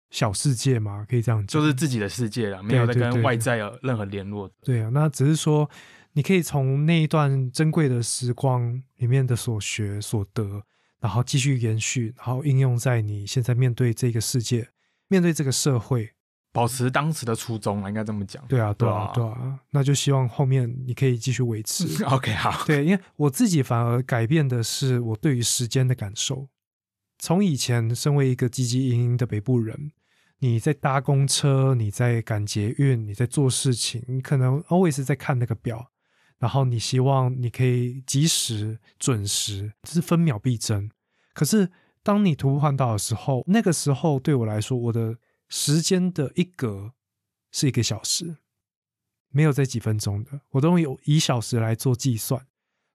[SPEAKER 2] 小世界嘛，可以这样讲，
[SPEAKER 1] 就是自己的世界了，没有在
[SPEAKER 2] 对对
[SPEAKER 1] 跟
[SPEAKER 2] 对
[SPEAKER 1] 外在有任何联络。
[SPEAKER 2] 对啊，那只是说，你可以从那一段珍贵的时光里面的所学所得，然后继续延续，然后应用在你现在面对这个世界、面对这个社会。
[SPEAKER 1] 保持当时的初衷啊，应该这么讲。
[SPEAKER 2] 对啊，对啊，
[SPEAKER 1] 对
[SPEAKER 2] 对啊。那就希望后面你可以继续维持。
[SPEAKER 1] OK，好，
[SPEAKER 2] 对，因为我自己反而改变的是我对于时间的感受。从以前身为一个汲汲营营的北部人，你在搭公车，你在赶捷运，你在做事情，你可能 always 在看那个表，然后你希望你可以及时、准时，就是分秒必争。可是当你徒步环岛的时候，那个时候对我来说，我的时间的一格是一个小时，没有在几分钟的，我都有以小时来做计算。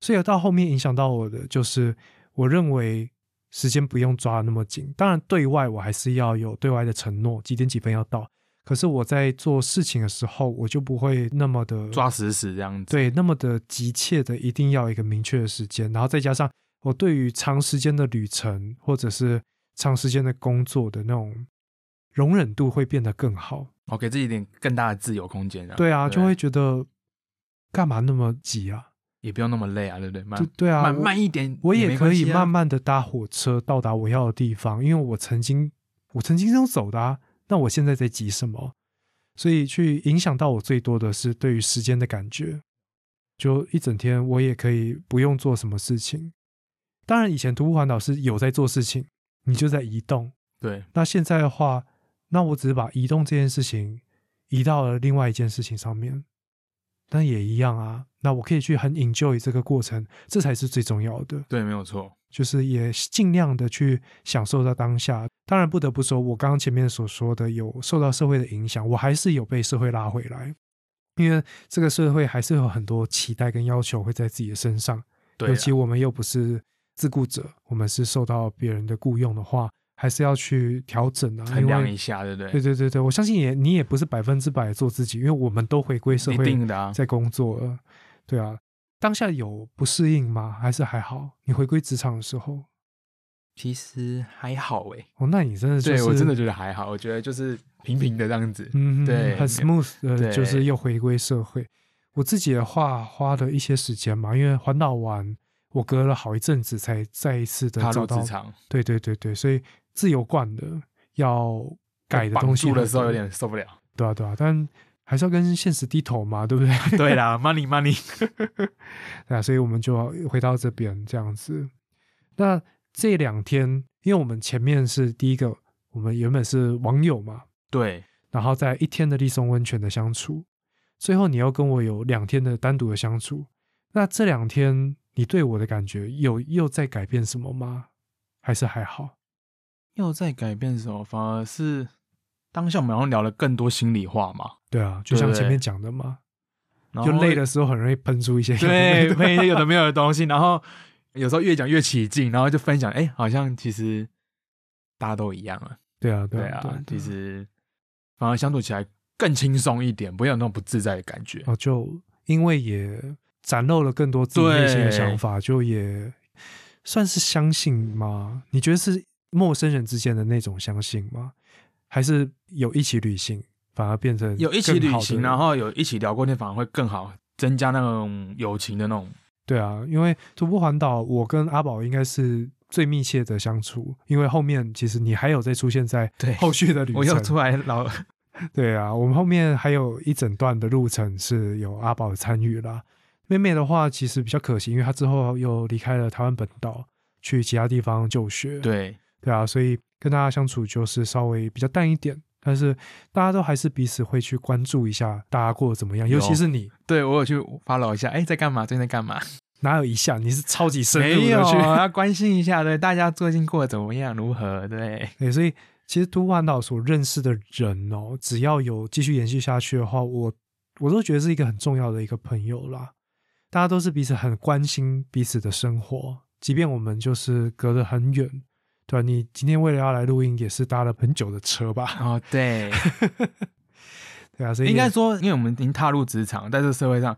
[SPEAKER 2] 所以到后面影响到我的，就是我认为时间不用抓那么紧。当然，对外我还是要有对外的承诺，几点几分要到。可是我在做事情的时候，我就不会那么的
[SPEAKER 1] 抓死死这样子。
[SPEAKER 2] 对，那么的急切的一定要一个明确的时间，然后再加上我对于长时间的旅程或者是长时间的工作的那种容忍度会变得更好。
[SPEAKER 1] 我给自己一点更大的自由空间、啊。
[SPEAKER 2] 对啊，就会觉得干嘛那么急啊？
[SPEAKER 1] 也不用那么累啊，对不对？慢
[SPEAKER 2] 就对啊，
[SPEAKER 1] 慢
[SPEAKER 2] 我
[SPEAKER 1] 慢一点，
[SPEAKER 2] 我也
[SPEAKER 1] 没
[SPEAKER 2] 可
[SPEAKER 1] 关
[SPEAKER 2] 以
[SPEAKER 1] 系啊
[SPEAKER 2] 慢慢的搭火车到达我要的地方，因为我曾经我曾经是用走的啊，那我现在在急什么？所以去影响到我最多的是对于时间的感觉，就一整天我也可以不用做什么事情。当然，以前徒步环岛是有在做事情，你就在移动。
[SPEAKER 1] 对，
[SPEAKER 2] 那现在的话，那我只是把移动这件事情移到了另外一件事情上面，但也一样啊。那我可以去很 enjoy 这个过程，这才是最重要的。
[SPEAKER 1] 对，没有错。
[SPEAKER 2] 就是也尽量的去享受到当下。当然，不得不说，我刚刚前面所说的有受到社会的影响，我还是有被社会拉回来，因为这个社会还是有很多期待跟要求会在自己的身上。
[SPEAKER 1] 对啊，
[SPEAKER 2] 尤其我们又不是自雇者，我们是受到别人的雇佣的话，还是要去调整啊，
[SPEAKER 1] 衡
[SPEAKER 2] 因
[SPEAKER 1] 量
[SPEAKER 2] 为
[SPEAKER 1] 一下，对不对？
[SPEAKER 2] 对对对对，我相信也你也不是百分之百做自己，因为我们都回归社
[SPEAKER 1] 一
[SPEAKER 2] 会
[SPEAKER 1] 定的啊。
[SPEAKER 2] 在工作了，对啊。当下有不适应吗？还是还好？你回归职场的时候，
[SPEAKER 1] 其实还好诶、
[SPEAKER 2] 哦，那你真的就是
[SPEAKER 1] 对我真的觉得还好，我觉得就是平平的这样子。
[SPEAKER 2] 嗯，
[SPEAKER 1] 对
[SPEAKER 2] 很 smooth 呃，
[SPEAKER 1] 对
[SPEAKER 2] 就是又回归社会。我自己的话花了一些时间嘛，因为环岛完，我隔了好一阵子才再一次的
[SPEAKER 1] 踏
[SPEAKER 2] 找
[SPEAKER 1] 入
[SPEAKER 2] 到
[SPEAKER 1] 职场，
[SPEAKER 2] 对对对对，所以自由惯的要改的东西
[SPEAKER 1] 绑住
[SPEAKER 2] 很多
[SPEAKER 1] 的时候有点受不了。
[SPEAKER 2] 对啊对啊，但还是要跟现实低头嘛，对不 对？
[SPEAKER 1] 对啦，money money，
[SPEAKER 2] 对啊，所以我们就要回到这边这样子。那这两天，因为我们前面是第一个，我们原本是网友嘛，
[SPEAKER 1] 对，
[SPEAKER 2] 然后在一天的立松温泉的相处，最后你又跟我有两天的单独的相处。那这两天你对我的感觉有又在改变什么吗？还是还好？
[SPEAKER 1] 又在改变什么？反而是当下我们好像聊了更多心里话嘛，
[SPEAKER 2] 对啊，就
[SPEAKER 1] 对
[SPEAKER 2] 像
[SPEAKER 1] 对
[SPEAKER 2] 前面讲的嘛，
[SPEAKER 1] 然
[SPEAKER 2] 就
[SPEAKER 1] 后
[SPEAKER 2] 累的时候很容易喷出一些
[SPEAKER 1] 对，
[SPEAKER 2] 有的没的
[SPEAKER 1] 配一些有的没有的东西，然后有时候越讲越起劲，然后就分享，哎、好像其实大家都一样啊，
[SPEAKER 2] 对啊，
[SPEAKER 1] 对
[SPEAKER 2] 对啊，对
[SPEAKER 1] 啊
[SPEAKER 2] 啊，
[SPEAKER 1] 其实反而相处起来更轻松一点，不会有那种不自在的感觉。
[SPEAKER 2] 哦，就因为也展露了更多自己内心的想法，就也算是相信吗？你觉得是陌生人之间的那种相信吗？还是有一起旅行反而变成
[SPEAKER 1] 有一起
[SPEAKER 2] 更
[SPEAKER 1] 旅
[SPEAKER 2] 好的
[SPEAKER 1] 行，然后有一起聊过天，反而会更好，增加那种友情的那种。
[SPEAKER 2] 对啊，因为徒步环岛，我跟阿宝应该是最密切的相处，因为后面其实你还有再出现在
[SPEAKER 1] 对
[SPEAKER 2] 后续的旅程，
[SPEAKER 1] 我又出来老，
[SPEAKER 2] 对啊，我们后面还有一整段的路程是有阿宝参与啦。妹妹的话其实比较可惜，因为她之后又离开了台湾本岛，去其他地方就 学。
[SPEAKER 1] 对
[SPEAKER 2] 对啊，所以跟大家相处就是稍微比较淡一点，但是大家都还是彼此会去关注一下大家过得怎么样，尤其
[SPEAKER 1] 有
[SPEAKER 2] 是你。
[SPEAKER 1] 对，我有去 follow 一下，哎、在干嘛？最近在干 嘛？
[SPEAKER 2] 哪有一下你是超级深入
[SPEAKER 1] 没有
[SPEAKER 2] 的 去，
[SPEAKER 1] 啊，要关心一下，对大家最近过得怎么样，如何？对，
[SPEAKER 2] 对，所以其实都万岛所认识的人哦，只要有继续延续下去的话，我我都觉得是一个很重要的一个朋友啦。大家都是彼此很关心彼此的生活，即便我们就是隔得很远，对吧、啊你今天为了要来录音，也是搭了很久的车吧？
[SPEAKER 1] 哦，对。
[SPEAKER 2] 对啊，所以
[SPEAKER 1] 应该说，因为我们已经踏入职场，在这社会上，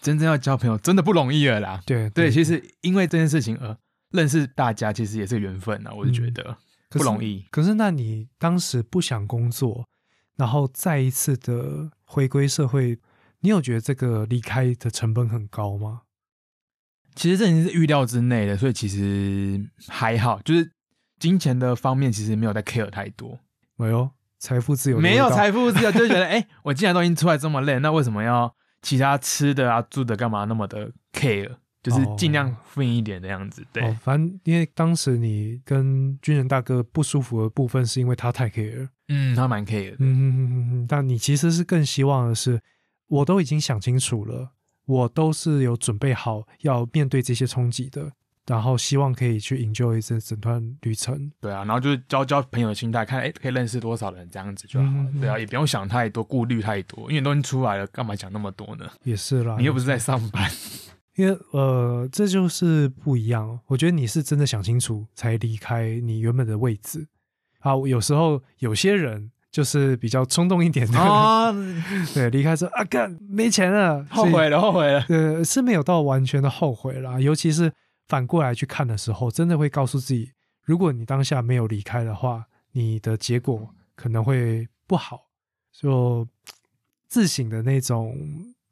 [SPEAKER 1] 真正要交朋友真的不容易了啦。
[SPEAKER 2] 对
[SPEAKER 1] 对，其实因为这件事情而认识大家，其实也是缘分啊，我就觉得、
[SPEAKER 2] 嗯可
[SPEAKER 1] 不
[SPEAKER 2] 是
[SPEAKER 1] 容易。
[SPEAKER 2] 可是那你当时不想工作，然后再一次的回归社会，你有觉得这个离开的成本很高吗？
[SPEAKER 1] 其实这已经是预料之内的，所以其实还好，就是金钱的方面其实没有在 care 太多，
[SPEAKER 2] 没有，财富自由的
[SPEAKER 1] 没有
[SPEAKER 2] 味道
[SPEAKER 1] 财富自由，就 觉得哎、我既然都已经出来这么累，那为什么要其他吃的啊、住的干嘛那么的 care？就是尽量
[SPEAKER 2] 哦
[SPEAKER 1] free 一点的样子，对、
[SPEAKER 2] 哦，反正因为当时你跟军人大哥不舒服的部分，是因为他太 care 了。
[SPEAKER 1] 嗯，他蛮 care 的，
[SPEAKER 2] 嗯哼哼哼哼，但你其实是更希望的是，我都已经想清楚了，我都是有准备好要面对这些冲击的，然后希望可以去 enjoy 这整段旅程。
[SPEAKER 1] 对啊，然后就是交交朋友的心态，看哎、诶可以认识多少人这样子就好了。
[SPEAKER 2] 嗯嗯
[SPEAKER 1] 对啊，也不用想太多，顾虑太多，因为都已经出来了，干嘛想那么多呢？
[SPEAKER 2] 也是啦，
[SPEAKER 1] 你又不是在上班，
[SPEAKER 2] 因为呃，这就是不一样。我觉得你是真的想清楚才离开你原本的位置啊。有时候有些人就是比较冲动一点 的，
[SPEAKER 1] 啊，
[SPEAKER 2] 对，离开之后啊，干没钱了，
[SPEAKER 1] 后
[SPEAKER 2] 所以
[SPEAKER 1] 悔了，后悔了。
[SPEAKER 2] 呃，是没有到完全的后悔啦，尤其是反过来去看的时候，真的会告诉自己，如果你当下没有离开的话，你的结果可能会不好，就自省的那种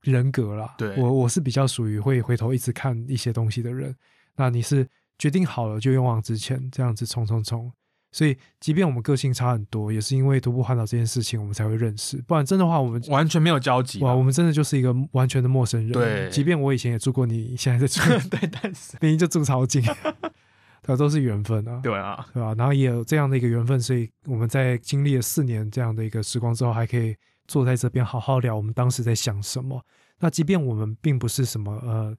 [SPEAKER 2] 人格啦。
[SPEAKER 1] 对
[SPEAKER 2] 我我是比较属于会回头一直看一些东西的人，那你是决定好了就勇往直前，这样子冲冲冲。所以，即便我们个性差很多，也是因为徒步环岛这件事情，我们才会认识。不然真的话，我们
[SPEAKER 1] 完全没有交集
[SPEAKER 2] 哇，
[SPEAKER 1] 啊，
[SPEAKER 2] 我们真的就是一个完全的陌生人。
[SPEAKER 1] 对
[SPEAKER 2] 即便我以前也住过你现在在住，
[SPEAKER 1] 对，但是
[SPEAKER 2] 明明就住超近，对，都是缘分啊，
[SPEAKER 1] 对啊，
[SPEAKER 2] 对吧？然后也有这样的一个缘分，所以我们在经历了四年这样的一个时光之后，还可以坐在这边好好聊我们当时在想什么。那即便我们并不是什么呃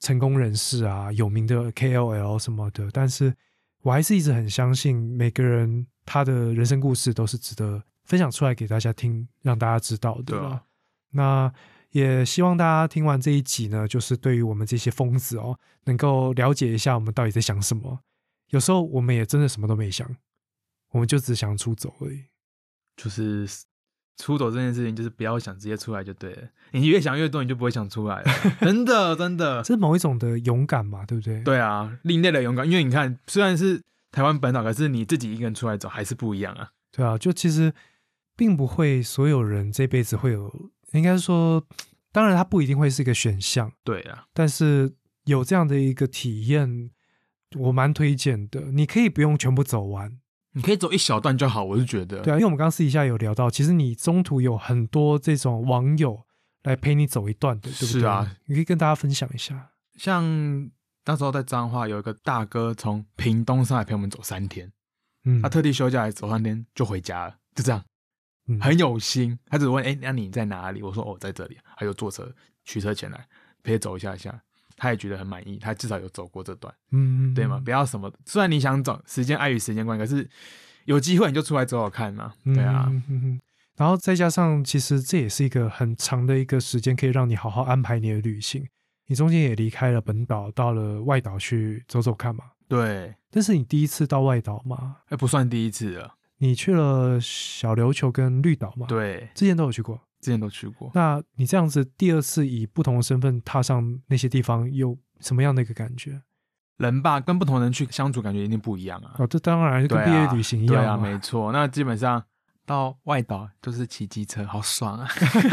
[SPEAKER 2] 成功人士啊、有名的 KOL 什么的，但是我还是一直很相信每个人他的人生故事都是值得分享出来给大家听，让大家知道的
[SPEAKER 1] 对
[SPEAKER 2] 啦。
[SPEAKER 1] 啊，
[SPEAKER 2] 那也希望大家听完这一集呢，就是对于我们这些疯子哦，能够了解一下我们到底在想什么。有时候我们也真的什么都没想，我们就只想出走而已。
[SPEAKER 1] 就是出走这件事情，就是不要想直接出来就对了。你越想越多，你就不会想出 来了，真的，真的。
[SPEAKER 2] 这是某一种的勇敢嘛，对不对？
[SPEAKER 1] 对啊，另类的勇敢，因为你看，虽然是台湾本岛，可是你自己一个人出来走还是不一样啊。
[SPEAKER 2] 对啊，就其实并不会所有人这辈子会有，应该说，当然它不一定会是一个选项，
[SPEAKER 1] 对啊，
[SPEAKER 2] 但是有这样的一个体验，我蛮推荐的。你可以不用全部走完，
[SPEAKER 1] 你可以走一小段就好，我是觉得。
[SPEAKER 2] 对啊，因为我们刚刚私底下有聊到，其实你中途有很多这种网友来陪你走一段的，对不对？
[SPEAKER 1] 是啊，
[SPEAKER 2] 你可以跟大家分享一下。
[SPEAKER 1] 像那时候在彰化有一个大哥从屏东上来陪我们走三天，
[SPEAKER 2] 嗯，
[SPEAKER 1] 他特地休假来走三天就回家了，就这样，
[SPEAKER 2] 嗯
[SPEAKER 1] 很有心。他只问：“哎、那你在哪里？”我说：“哦，在这里。”他就坐车取车前来陪走一下下，他也觉得很满意，他至少有走过这段，
[SPEAKER 2] 嗯，
[SPEAKER 1] 对吗？不要什么，虽然你想走，时间碍于时间关，可是有机会你就出来走走看嘛，
[SPEAKER 2] 嗯
[SPEAKER 1] 对啊。
[SPEAKER 2] 嗯嗯嗯然后再加上，其实这也是一个很长的一个时间，可以让你好好安排你的旅行。你中间也离开了本岛，到了外岛去走走看嘛。
[SPEAKER 1] 对，
[SPEAKER 2] 但是你第一次到外岛嘛，
[SPEAKER 1] 哎，不算第一次了，
[SPEAKER 2] 你去了小琉球跟绿岛嘛，，
[SPEAKER 1] 对，
[SPEAKER 2] 之前都有去过。
[SPEAKER 1] 之前都去过。
[SPEAKER 2] 那你这样子第二次以不同的身份踏上那些地方，有什么样的一个感觉？
[SPEAKER 1] 人吧，跟不同人去相处，感觉一定不一样啊。
[SPEAKER 2] 哦，这当然
[SPEAKER 1] 对
[SPEAKER 2] 跟
[SPEAKER 1] 啊
[SPEAKER 2] 毕业旅行一
[SPEAKER 1] 对
[SPEAKER 2] 样
[SPEAKER 1] 啊，
[SPEAKER 2] 嘛
[SPEAKER 1] 没错。那基本上到外岛就是骑机车，好爽 啊！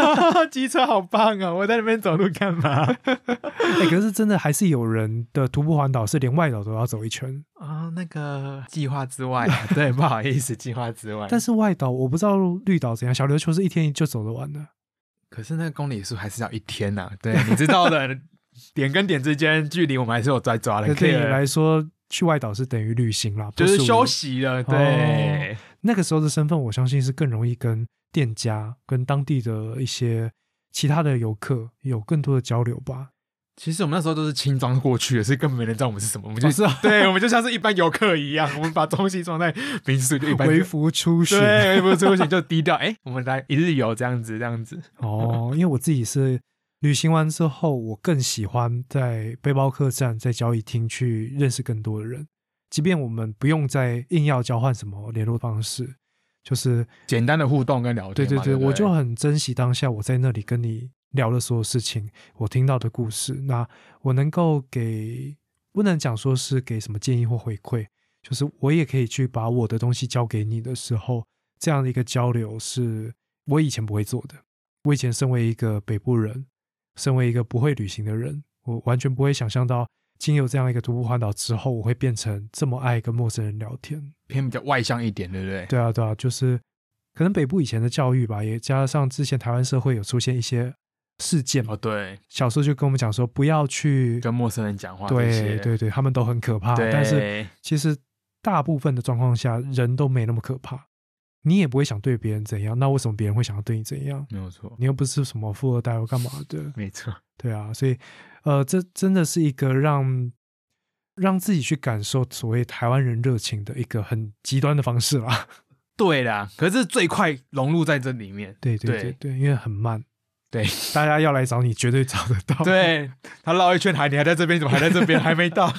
[SPEAKER 1] 机车好棒啊！我在那边走路干嘛？
[SPEAKER 2] 哎可是真的还是有人的徒步环岛是连外岛都要走一圈，
[SPEAKER 1] 啊、那个计划之外啊，对，不好意思，计划之外。
[SPEAKER 2] 但是外岛我不知道绿岛怎样，小琉球是一天就走得完的。
[SPEAKER 1] 可是那个公里数还是要一天呐、对，你知道的，点跟点之间距离我们还是有在抓的，
[SPEAKER 2] 那
[SPEAKER 1] 可
[SPEAKER 2] 对
[SPEAKER 1] 以
[SPEAKER 2] 你来说，去外岛是等于旅行啦，
[SPEAKER 1] 就
[SPEAKER 2] 不
[SPEAKER 1] 是
[SPEAKER 2] 属于哦
[SPEAKER 1] 休。息了。对，
[SPEAKER 2] 那个时候的身份，我相信是更容易跟店家、跟当地的一些其他的游客有更多的交流吧。
[SPEAKER 1] 其实我们那时候都是轻装过去的，所以根本没人知道我们是什么，我们就、
[SPEAKER 2] 哦是啊
[SPEAKER 1] 对，我们就像是一般游客一样，我们把东西装在民宿就一般
[SPEAKER 2] 微服出巡，
[SPEAKER 1] 对，微服出行就低调。哎、 我们来一日游这样子，这样子。
[SPEAKER 2] 哦，因为我自己是旅行完之后，我更喜欢在背包客栈、在交易厅去认识更多的人，即便我们不用再硬要交换什么联络方式，就是
[SPEAKER 1] 简单的互动跟聊
[SPEAKER 2] 对
[SPEAKER 1] 天
[SPEAKER 2] 对
[SPEAKER 1] 嘛，
[SPEAKER 2] 对，
[SPEAKER 1] 对不对，
[SPEAKER 2] 我就很珍惜当下我在那里跟你聊的所有事情，我听到的故事，那我能够给，不能讲说是给什么建议或回馈，就是我也可以去把我的东西交给你的时候，这样的一个交流是我以前不会做的。我以前身为一个北部人，身为一个不会旅行的人，我完全不会想象到，经由这样一个徒步环岛之后，我会变成这么爱跟陌生人聊天。
[SPEAKER 1] 偏比较外向一点，对不对？
[SPEAKER 2] 对啊，对啊，就是可能北部以前的教育吧，也加上之前台湾社会有出现一些事件嘛，
[SPEAKER 1] 哦，对，
[SPEAKER 2] 小时候就跟我们讲说不要去，
[SPEAKER 1] 跟陌生人讲话这些，啊
[SPEAKER 2] 对对对，他们都很可怕，
[SPEAKER 1] 对，
[SPEAKER 2] 但是其实大部分的状况下人都没那么可怕，你也不会想对别人怎样，那为什么别人会想要对你怎样？
[SPEAKER 1] 没有错，
[SPEAKER 2] 你又不是什么富二代或干嘛的，
[SPEAKER 1] 没错，
[SPEAKER 2] 对啊，所以呃，这真的是一个让让自己去感受所谓台湾人热情的一个很极端的方式啦。
[SPEAKER 1] 对啦。可是最快融入在这里 面，
[SPEAKER 2] 对对对
[SPEAKER 1] 对
[SPEAKER 2] 对，因为很慢，
[SPEAKER 1] 对
[SPEAKER 2] 大家要来找你绝对找得到。
[SPEAKER 1] 对，他绕一圈还你还在这边，怎么还在这边？还没 到，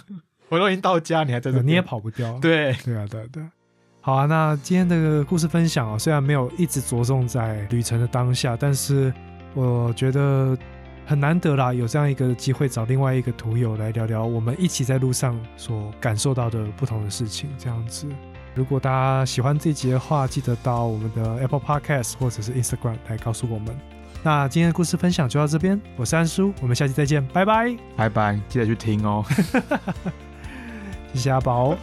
[SPEAKER 1] 我都已经到家，你还在这
[SPEAKER 2] 呃，
[SPEAKER 1] 边，
[SPEAKER 2] 你也跑不掉。
[SPEAKER 1] 对，
[SPEAKER 2] 对啊，对啊，对啊。好啊，那今天的故事分享啊，虽然没有一直着重在旅程的当下，但是我觉得很难得啦，有这样一个机会找另外一个途友来聊聊我们一起在路上所感受到的不同的事情，这样子。如果大家喜欢这集的话，记得到我们的 Apple Podcast 或者是 Instagram 来告诉我们。那今天的故事分享就到这边，我是安叔，我们下期再见，拜拜，
[SPEAKER 1] 拜拜，记得去听哦。
[SPEAKER 2] 谢谢阿宝。